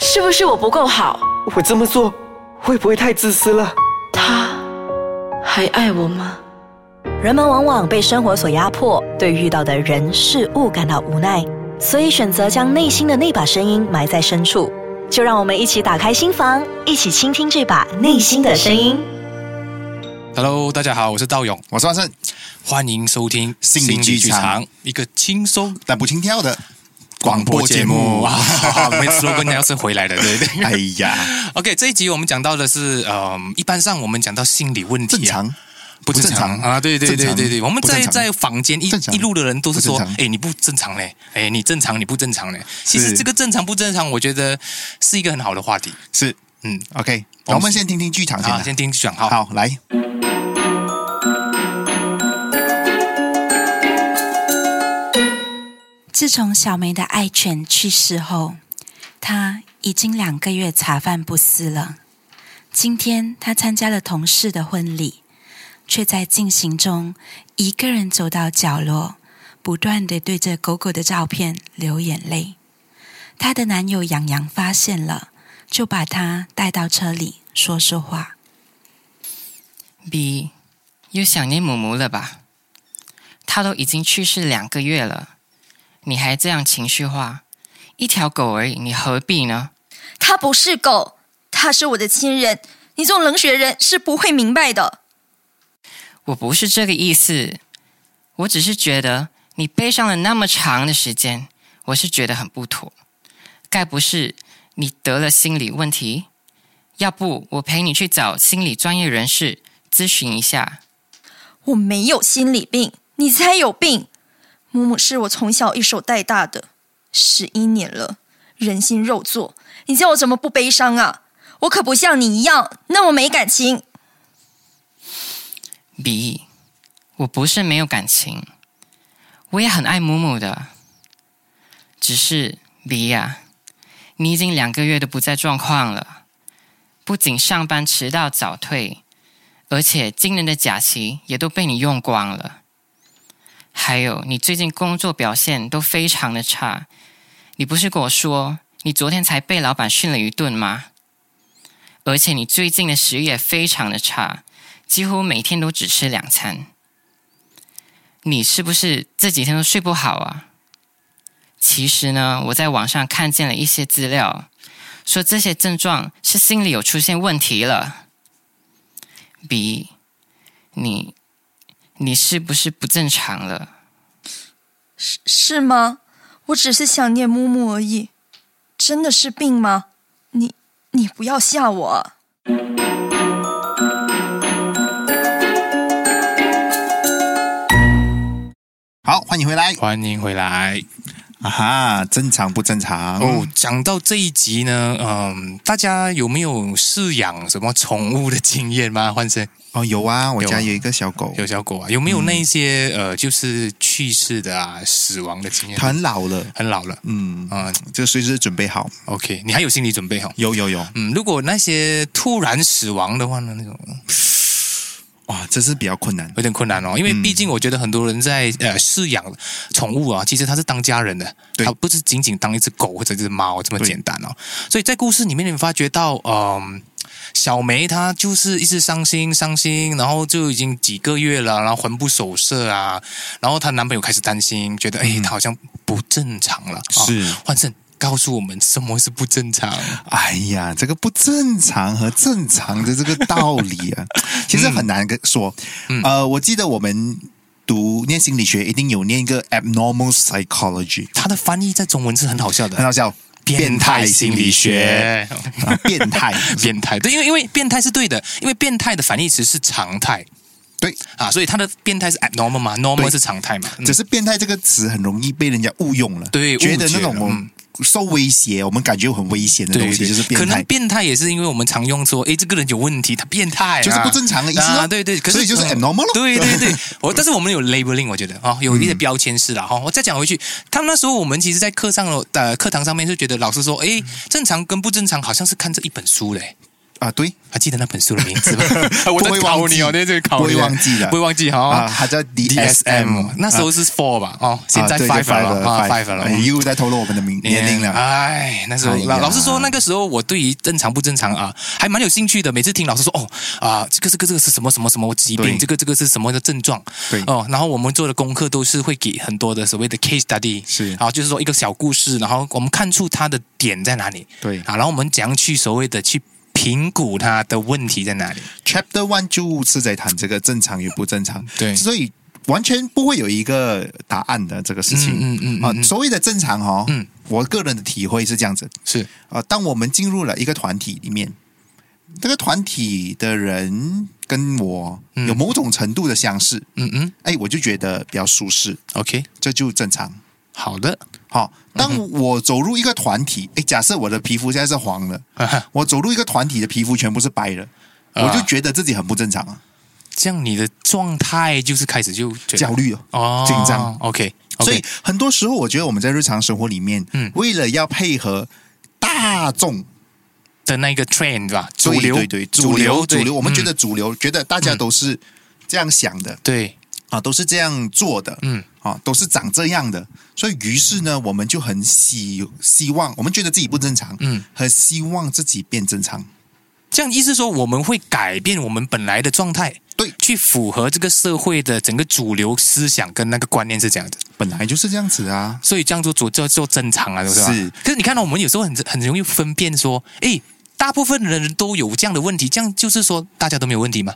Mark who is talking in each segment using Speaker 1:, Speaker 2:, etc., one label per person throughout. Speaker 1: 是不是我不够好？
Speaker 2: 我这么做会不会太自私了？
Speaker 1: 他还爱我吗？
Speaker 3: 人们往往被生活所压迫，对遇到的人事物感到无奈，所以选择将内心的那把声音埋在深处。就让我们一起打开心房，一起倾听这把内心的声音。
Speaker 4: Hello，大家好，我是道勇，
Speaker 5: 我是万胜，
Speaker 4: 欢迎收听
Speaker 5: 心灵剧场，
Speaker 4: 一个轻松
Speaker 5: 但不轻佻的
Speaker 4: 广播节目。
Speaker 5: 广
Speaker 4: 啊，每次都跟要是回来的，对不
Speaker 5: 播节
Speaker 4: 对
Speaker 5: 目 哎呀，
Speaker 4: ？OK，这一集我们讲到的是，嗯，一般上我们讲到心理问题、啊，
Speaker 5: 正常，
Speaker 4: 不正
Speaker 5: 不正常
Speaker 4: 啊？对对
Speaker 5: 正
Speaker 4: 对
Speaker 5: 常
Speaker 4: 对对，我们
Speaker 5: 不正
Speaker 4: 在
Speaker 5: 常
Speaker 4: 在坊间一
Speaker 5: 正常
Speaker 4: 一路的人都是说
Speaker 5: 不正，常
Speaker 4: 哎，你不正常嘞，哎，你正常，你不正常嘞。其实
Speaker 5: 是
Speaker 4: 这个正常不正常，我觉得是一个很好的话题。
Speaker 5: 是
Speaker 4: 嗯，
Speaker 5: OK。我们先听听剧场先
Speaker 4: 啊，
Speaker 5: 啦，
Speaker 4: 先听讲好。
Speaker 5: 好来。
Speaker 6: 自从小梅的爱犬去世后，她已经两个月茶饭不思了。今天她参加了同事的婚礼，却在进行中一个人走到角落，不断的对着狗狗的照片流眼泪。她的男友杨洋发现了，就把她带到车里说说话。
Speaker 7: B，又想念母母了吧？她都已经去世两个月了，你还这样情绪化，一条狗而已，你何必呢？
Speaker 8: 它不是狗，它是我的亲人。你这种冷血人是不会明白的。
Speaker 7: 我不是这个意思，我只是觉得你悲伤了那么长的时间，我是觉得很不妥。该不是你得了心理问题？要不我陪你去找心理专业人士咨询一下。
Speaker 8: 我没有心理病，你才有病。母母是我从小一手带大的，十一年了，人心肉做，你叫我怎么不悲伤啊？我可不像你一样那么没感情。
Speaker 7: B，我不是没有感情，我也很爱母母的。只是 B 呀、你已经两个月都不在状况了，不仅上班迟到早退，而且今年的假期也都被你用光了。还有，你最近工作表现都非常的差，你不是跟我说你昨天才被老板训了一顿吗？而且你最近的食欲也非常的差。几乎每天都只吃两餐。你是不是这几天都睡不好啊？其实呢，我在网上看见了一些资料，说这些症状是心理有出现问题了。B，你你是不是不正常了？
Speaker 8: 是是吗？我只是想念母母而已，真的是病吗？你你不要吓我啊！
Speaker 5: 好，欢迎回来
Speaker 4: 欢迎回来。
Speaker 5: 啊哈！正常不正常？
Speaker 4: 哦，，讲到这一集呢，嗯，大家有没有饲养什么宠物的经验吗？ 换生
Speaker 5: 哦，有啊，我
Speaker 4: 有
Speaker 5: 家有一个小狗，
Speaker 4: 有小狗啊，有没有那一些、呃，就是去世的啊、死亡的经验？
Speaker 5: 它很老了，
Speaker 4: 很老了，
Speaker 5: 嗯，
Speaker 4: 嗯
Speaker 5: 就随时准备好。
Speaker 4: ，OK，你还有心理准备哦。
Speaker 5: 有有有，
Speaker 4: 嗯，如果那些突然死亡的话呢，那种
Speaker 5: 哇，这是比较困难。
Speaker 4: 有点困难哦，因
Speaker 5: 嗯
Speaker 4: 为毕竟我觉得很多人在呃饲养宠物啊，其实他是当家人的，
Speaker 5: 对
Speaker 4: 他不是仅仅当一只狗或者一只猫这么
Speaker 5: 对
Speaker 4: 简单哦。所以在故事里面，你们发觉到，嗯、小梅她就是一直伤心伤心，然后就已经几个月了，然后魂不守舍啊，然后她男朋友开始担心，觉得哎，她好像不正常了。哦
Speaker 5: 嗯是
Speaker 4: 换成告诉我们什么是不正 常？
Speaker 5: 哎呀，这个不正常和正常的这个道理 啊，其实很难跟说。
Speaker 4: 嗯
Speaker 5: 呃，我记得我们读念心理学，一定有念一个 abnormal psychology，
Speaker 4: 它的翻译在中文是很好笑的，
Speaker 5: 很好笑，
Speaker 4: 变态心理学
Speaker 5: 啊，变态
Speaker 4: 变 态，对，因为因为变态是对的，因为变态的反义词是常态
Speaker 5: 对。
Speaker 4: 啊，所以它的变态是 abnormal 嘛，normal
Speaker 5: 对
Speaker 4: 是常态嘛。嗯
Speaker 5: 只是“变态”这个词很容易被人家误用了，
Speaker 4: 对
Speaker 5: 觉得
Speaker 4: 误解
Speaker 5: 那种我
Speaker 4: 嗯
Speaker 5: 们受威胁，我们感觉很危险的
Speaker 4: 对
Speaker 5: 东
Speaker 4: 对
Speaker 5: 西就是
Speaker 4: 可
Speaker 5: 变
Speaker 4: 能
Speaker 5: 态，
Speaker 4: 变态也是因为我们常用说，诶，这个人有问题，他变态、啊，
Speaker 5: 就是不正常的意思咯
Speaker 4: 啊，对对，可是
Speaker 5: 所以就是
Speaker 4: 嗯
Speaker 5: abnormal 咯嗯
Speaker 4: 对对 对，我但是我们有 labeling，我觉得哦，有一定的标签是啦哈、哦。我再讲回去，他们那时候我们其实，在
Speaker 5: 嗯
Speaker 4: 课上的呃课堂上面是觉得老师说，诶，正常跟不正常好像是看这一本书嘞。
Speaker 5: 啊， 对，
Speaker 4: 还记得那本书的名字 吗？我
Speaker 5: 不
Speaker 4: 在
Speaker 5: 会
Speaker 4: 考
Speaker 5: 忘记
Speaker 4: 你哦，在这里考你，
Speaker 5: 不会忘记的
Speaker 4: 不会忘记哈。
Speaker 5: 啊它叫 DSM
Speaker 4: 那时候是 four 吧？哦，现在
Speaker 5: 啊啊对
Speaker 4: five 了啊
Speaker 5: ，five
Speaker 4: ，five 了。
Speaker 5: 哎又在透露我们的名年龄了。
Speaker 4: 哎，那时候
Speaker 5: 哎呀
Speaker 4: 老老师说，那个时候我对于正常不正常啊，还蛮有兴趣的。每次听老师说，哦啊，这个这个这个是什么什么什么疾病，
Speaker 5: 对
Speaker 4: 这个这个是什么的症状，
Speaker 5: 对
Speaker 4: 哦。然后我们做的功课都是会给很多的所谓的 case study，
Speaker 5: 是
Speaker 4: 然后就是说一个小故事，然后我们看出它的点在哪里，
Speaker 5: 对
Speaker 4: 啊，然后我们怎样去所谓的去评估它的问题在哪里，
Speaker 5: Chapter One 就是在谈这个正常与不正常，
Speaker 4: 对
Speaker 5: 所以完全不会有一个答案的这个事情。
Speaker 4: 嗯嗯嗯嗯
Speaker 5: 啊
Speaker 4: 嗯，
Speaker 5: 所谓的正常哦，
Speaker 4: 嗯，
Speaker 5: 我个人的体会是这样子
Speaker 4: 是
Speaker 5: 啊、当我们进入了一个团体里面，这个团体的人跟我
Speaker 4: 嗯
Speaker 5: 有某种程度的相似，
Speaker 4: 嗯嗯
Speaker 5: 哎，我就觉得比较舒适，
Speaker 4: ，OK，
Speaker 5: 这就正常。
Speaker 4: 好的，
Speaker 5: 好、当我走入一个团
Speaker 4: 嗯
Speaker 5: 体，哎，假设我的皮肤现在是 黄的，
Speaker 4: 哈哈
Speaker 5: 我走入一个团体的皮肤全部是白的，
Speaker 4: 啊
Speaker 5: 我就觉得自己很不正常啊，
Speaker 4: 这样你的状态就是开始就觉得
Speaker 5: 焦虑哦。
Speaker 4: 哦，
Speaker 5: 紧张
Speaker 4: ，OK，
Speaker 5: 所以很多时候，我觉得我们在日常生活里面，
Speaker 4: 嗯
Speaker 5: 为了要配合大众
Speaker 4: 的那个 trend 吧，主
Speaker 5: 对
Speaker 4: 流，
Speaker 5: 对对，主流
Speaker 4: 对
Speaker 5: 主流，我们
Speaker 4: 嗯
Speaker 5: 觉得主流，觉得大家都是这样想的
Speaker 4: 对，
Speaker 5: 啊，都是这样做的，
Speaker 4: 嗯，
Speaker 5: 啊，都是长这样的，所以于是呢，我们就很希希望，我们觉得自己不正常，
Speaker 4: 嗯，
Speaker 5: 很希望自己变正常，
Speaker 4: 这样意思说我们会改变我们本来的状态，
Speaker 5: 对，
Speaker 4: 去符合这个社会的整个主流思想跟那个观念是这样的，
Speaker 5: 本来就是这样子啊，
Speaker 4: 所以这样做做做做正常啊，是吧？
Speaker 5: 是
Speaker 4: 可是你看到我们有时候很很容易分辨说，诶，大部分人都有这样的问题，这样就是说大家都没有问题吗？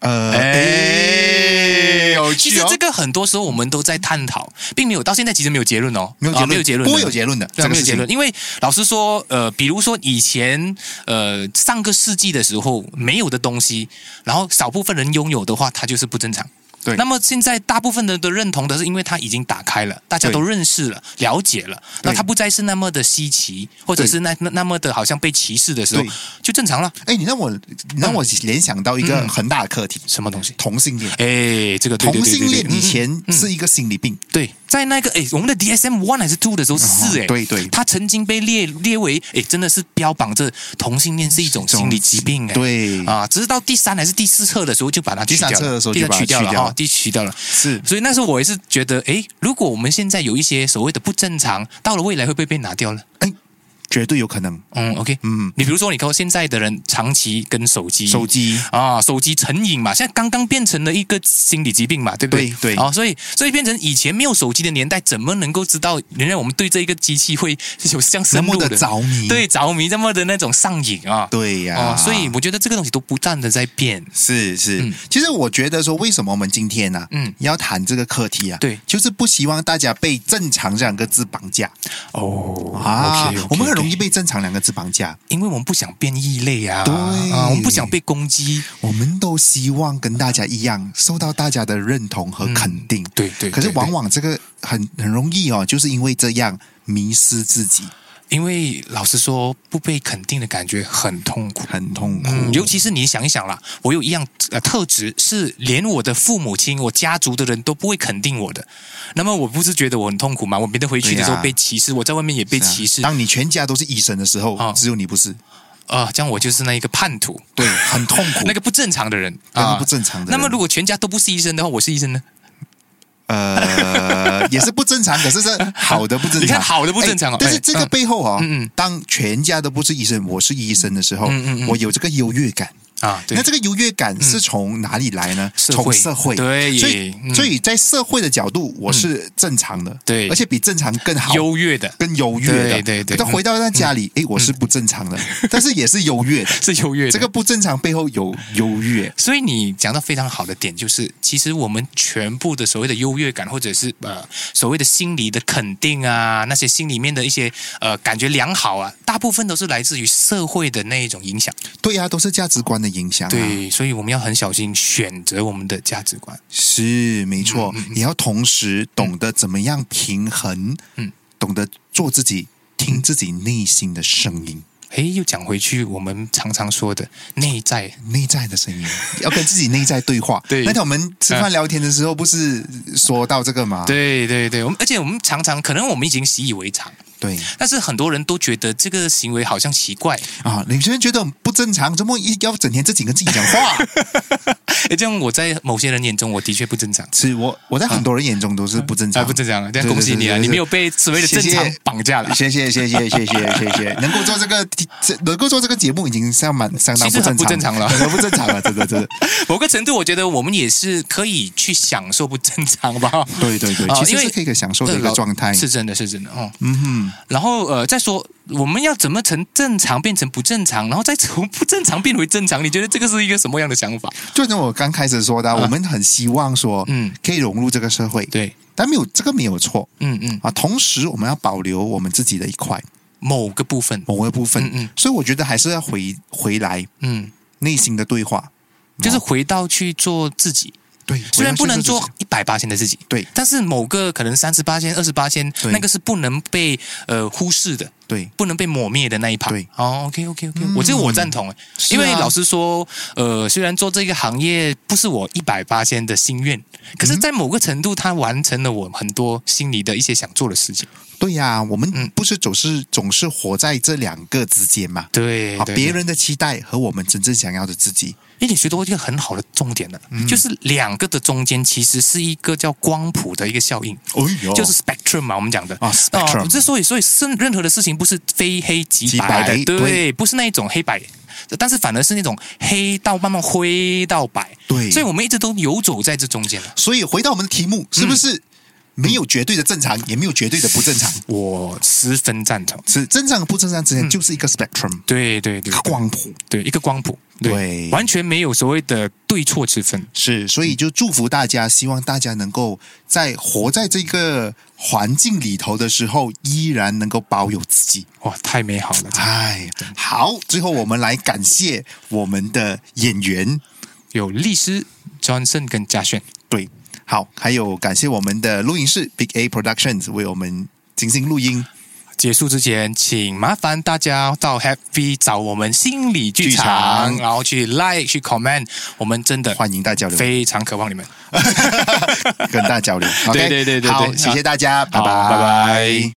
Speaker 5: 呃，
Speaker 4: 哎
Speaker 5: 哎，有
Speaker 4: 其
Speaker 5: 趣
Speaker 4: 实
Speaker 5: 哦
Speaker 4: 这。个很多时候我们都在探讨，并没有到现在其实没有结论哦，
Speaker 5: 没有结
Speaker 4: 啊
Speaker 5: 论，
Speaker 4: 没有结论，
Speaker 5: 不会有结论的。
Speaker 4: 对
Speaker 5: 这
Speaker 4: 啊，
Speaker 5: 个
Speaker 4: 没有
Speaker 5: 事
Speaker 4: 结
Speaker 5: 情
Speaker 4: 论，因为老实说，呃，比如说以前，呃，上个世纪的时候没有的东西，然后少部分人拥有的话，它就是不正常。
Speaker 5: 对
Speaker 4: 那么现在大部分人都认同的是，因为它已经打开了，大家都认识了、了解了，
Speaker 5: 对
Speaker 4: 那它不再是那么的稀奇，或者
Speaker 5: 对
Speaker 4: 是那那那么的好像被歧视的时候
Speaker 5: 对，
Speaker 4: 就正常了。
Speaker 5: 哎，你让我，你让我联想到一个
Speaker 4: 嗯
Speaker 5: 很大的课题，
Speaker 4: 什么东西？
Speaker 5: 同性恋。
Speaker 4: 哎，这个对
Speaker 5: 同性恋
Speaker 4: 对对
Speaker 5: 以
Speaker 4: 对对嗯
Speaker 5: 前
Speaker 4: 嗯
Speaker 5: 是一个心理病，
Speaker 4: 对，在那个诶，我们的 DSM one 还是 two 的时候是诶，
Speaker 5: 哦对对
Speaker 4: 它曾经被列列为诶，真的是标榜着同性恋是一种心理疾病诶，
Speaker 5: 对
Speaker 4: 啊，只是到第三还是第四册的时候就把它取掉了
Speaker 5: 第三册的时候
Speaker 4: 第
Speaker 5: 就
Speaker 4: 三
Speaker 5: 把它
Speaker 4: 取掉了
Speaker 5: 取掉
Speaker 4: 啊，第取掉了。
Speaker 5: 是
Speaker 4: 所以那时候我也是觉得，诶，如果我们现在有一些所谓的不正常，到了未来会不会被拿掉了？
Speaker 5: 绝对有可能。
Speaker 4: 嗯，OK，
Speaker 5: 嗯，
Speaker 4: 你比如说，你看现在的人长期跟手机
Speaker 5: 手机
Speaker 4: 啊，手机成瘾嘛，现在刚刚变成了一个心理疾病嘛，对不对？
Speaker 5: 对对
Speaker 4: 啊，所以所以变成以前没有手机的年代，怎么能够知道原来我们对这一个机器会有这样
Speaker 5: 那
Speaker 4: 深
Speaker 5: 么
Speaker 4: 入
Speaker 5: 的着迷，
Speaker 4: 对着迷这么的那种上瘾啊？
Speaker 5: 对呀、
Speaker 4: 啊，所以我觉得这个东西都不断的在变。
Speaker 5: 是是、
Speaker 4: 嗯
Speaker 5: 其实我觉得说，为什么我们今天呢、啊
Speaker 4: 嗯
Speaker 5: 要谈这个课题啊？
Speaker 4: 对
Speaker 5: 就是不希望大家被“正常”这两个字绑架
Speaker 4: 哦
Speaker 5: 啊
Speaker 4: OK，OK，
Speaker 5: 我们很容易
Speaker 4: OK
Speaker 5: 被“正常”两个字绑架。
Speaker 4: 因为我们不想变异类啊，
Speaker 5: 对
Speaker 4: 啊，我们不想被攻击。
Speaker 5: 我们都希望跟大家一样，受到大家的认同和肯定。
Speaker 4: 嗯对对
Speaker 5: 可是
Speaker 4: 对
Speaker 5: 往
Speaker 4: 对
Speaker 5: 往这个很很容易哦，就是因为这样迷失自己，
Speaker 4: 因为老实说，不被肯定的感觉很痛苦。
Speaker 5: 很痛苦。
Speaker 4: 嗯，尤其是你想一想啦，我有一样呃特质是连我的父母亲、我家族的人都不会肯定我的，那么我不是觉得我很痛苦吗？我免得回去的时候
Speaker 5: 对呀啊
Speaker 4: 被歧视，我在外面也被歧视啊、
Speaker 5: 当你全家都是医生的时候，
Speaker 4: 哦
Speaker 5: 只有你不是，
Speaker 4: 啊这样我就是那一个叛徒，
Speaker 5: 对，很痛 苦。
Speaker 4: 那个不正常的人
Speaker 5: 那个
Speaker 4: 啊
Speaker 5: 不正常的
Speaker 4: 那
Speaker 5: 人
Speaker 4: 么如果全家都不是医生的话，我是医生呢？
Speaker 5: 呃， 也是不正常，可是是好的不正常。
Speaker 4: 你看好的不正常哦
Speaker 5: 哎但是
Speaker 4: 哎
Speaker 5: 这个背后哦，
Speaker 4: 嗯嗯
Speaker 5: 当全家都不是医生，我是医生的时候，
Speaker 4: 嗯嗯嗯
Speaker 5: 我有这个优越感。
Speaker 4: 啊，对
Speaker 5: 那，这个优越感是从哪里来呢？
Speaker 4: 社会
Speaker 5: 从社会。
Speaker 4: 对
Speaker 5: 所以、
Speaker 4: 嗯
Speaker 5: 所以在社会的角度，我是正常的，
Speaker 4: 对
Speaker 5: 而且比正常更好。
Speaker 4: 优越的
Speaker 5: 更优越的，
Speaker 4: 对对对
Speaker 5: 但
Speaker 4: 嗯
Speaker 5: 回到在家里，哎、我是不正常的，但是也是优 越的。
Speaker 4: 是优越的
Speaker 5: 这个不正常背后有优越，
Speaker 4: 所以你讲到非常好的点，就是其实我们全部的所谓的优越感，或者是呃所谓的心理的肯定啊，那些心里面的一些呃感觉良好啊，大部分都是来自于社会的那一种影响。
Speaker 5: 对呀、都是价值观的影响、啊。
Speaker 4: 对，所以我们要很小心选择我们的价值观。
Speaker 5: 是没错，你要同时懂得怎么样平衡，
Speaker 4: 嗯
Speaker 5: 懂得做自己，听自己内心的声音，
Speaker 4: 诶，又讲回去我们常常说的内在，
Speaker 5: 内在的声音， 要跟自己内在对话。
Speaker 4: 对
Speaker 5: 那天我们吃饭聊天的时候，不是说到这个吗？
Speaker 4: 对对对，我们而且我们常常可能我们已经习以为常，
Speaker 5: 对
Speaker 4: 但是很多人都觉得这个行为好像奇怪，
Speaker 5: 啊，你现在觉得不正常，怎么一要整天自己跟自己讲话？
Speaker 4: 诶，这样我在某些人眼中，我的确不正常。
Speaker 5: 是我我在很多人眼中都是不正常，
Speaker 4: 啊，不正常，这样
Speaker 5: 对
Speaker 4: 恭喜你啊！
Speaker 5: 对对对对
Speaker 4: 你没有被所谓的正常
Speaker 5: 谢谢
Speaker 4: 绑架了。
Speaker 5: 谢谢谢谢谢谢谢 谢，能够做这个这能够做这个节目已经相蛮相当
Speaker 4: 其实很
Speaker 5: 不
Speaker 4: 不
Speaker 5: 正
Speaker 4: 正
Speaker 5: 常
Speaker 4: 常了
Speaker 5: 很不正常了，真的真的，
Speaker 4: 某个程度，我觉得我们也是可以去享受不正常吧。
Speaker 5: 对对对，
Speaker 4: 啊
Speaker 5: 其实
Speaker 4: 因为哦
Speaker 5: 是可以享受的一个状态，
Speaker 4: 是真的，是真的哦。
Speaker 5: 嗯
Speaker 4: 然后呃，再说我们要怎么从正常变成不正常，然后再从 不正常变回正常，你觉得这个是一个什么样的想法？
Speaker 5: 哼，就像我刚开始说的，我们很希望说，嗯
Speaker 4: 嗯，
Speaker 5: 可以融入这个社会，，
Speaker 4: 对，
Speaker 5: 但没有这个没有错
Speaker 4: 嗯嗯，
Speaker 5: 啊，同时我们要保留我们自己的一块
Speaker 4: 某个部分，
Speaker 5: 某个部分，
Speaker 4: 嗯嗯
Speaker 5: 所以我觉得还是要回回来
Speaker 4: 嗯，
Speaker 5: 内心的对话，
Speaker 4: 就是回到去做自己，
Speaker 5: 对，
Speaker 4: 虽然不能
Speaker 5: 哦回
Speaker 4: 做
Speaker 5: 到
Speaker 4: 一百八千的自己，
Speaker 5: 对
Speaker 4: 但是某个可能三十八千、二十八千，
Speaker 5: 对
Speaker 4: 那个是不能被呃忽视的。
Speaker 5: 对
Speaker 4: 不能被抹灭的那一趴。
Speaker 5: 对
Speaker 4: 哦，OK OK OK，、
Speaker 5: 嗯
Speaker 4: 我这个我赞同诶，欸
Speaker 5: 是啊
Speaker 4: 因为老实说，呃，虽然做这个行业不是我一百八千的心愿，可是，在某个程度，它完成了我很多心里的一些想做的事情。
Speaker 5: 对呀、我们
Speaker 4: 嗯
Speaker 5: 不是总是总是活在这两个之间嘛，
Speaker 4: 对，
Speaker 5: 啊，
Speaker 4: 对
Speaker 5: 别，人的期待和我们真正想要的自己，
Speaker 4: 因为你学到一个很好的重点了，就是两个的中间其实是一个叫光谱的一个效应，
Speaker 5: 哦哟
Speaker 4: 就是 spectrum 嘛，我们讲的
Speaker 5: 啊，spectrum
Speaker 4: 哦之所以所以任任何的事情不是非黑即白的，对，
Speaker 5: 即白对
Speaker 4: 不是那一种黑白，但是反而是那种黑到慢慢灰到白。
Speaker 5: 对
Speaker 4: 所以我嗯们一直都游走在这中间了。
Speaker 5: 所以回到我们的题目，是不是没有绝对的正常，也没有绝对的不正常？
Speaker 4: 我十分赞同。
Speaker 5: 是正常和不正常之
Speaker 4: 嗯
Speaker 5: 间就是一个 spectrum，、
Speaker 4: 对对对
Speaker 5: 一个，光谱。
Speaker 4: 对一个光谱，
Speaker 5: 对
Speaker 4: 完全没有所谓的对错之分。
Speaker 5: 是，所
Speaker 4: 嗯
Speaker 5: 以就祝福大家，希望大家能够在活在这个环境里头的时候，依然能够保有自己。
Speaker 4: 哇，太美好了！
Speaker 5: 哎，好，最后我们来感谢我们的演员，
Speaker 4: 有律师 Johnson 跟嘉炫，
Speaker 5: 对，好，还有感谢我们的录音室 Big A Productions 为我们精心录音。
Speaker 4: 结束之前，请麻烦大家到 Happy 找我们心理剧场，
Speaker 5: 剧场
Speaker 4: 然后去 like 去 comment，我们真的
Speaker 5: 欢迎大家交流
Speaker 4: 非常渴望你们。
Speaker 5: 跟大家交流。OK，
Speaker 4: 对对对对对
Speaker 5: 好，谢谢大家，拜拜，
Speaker 4: 好拜拜。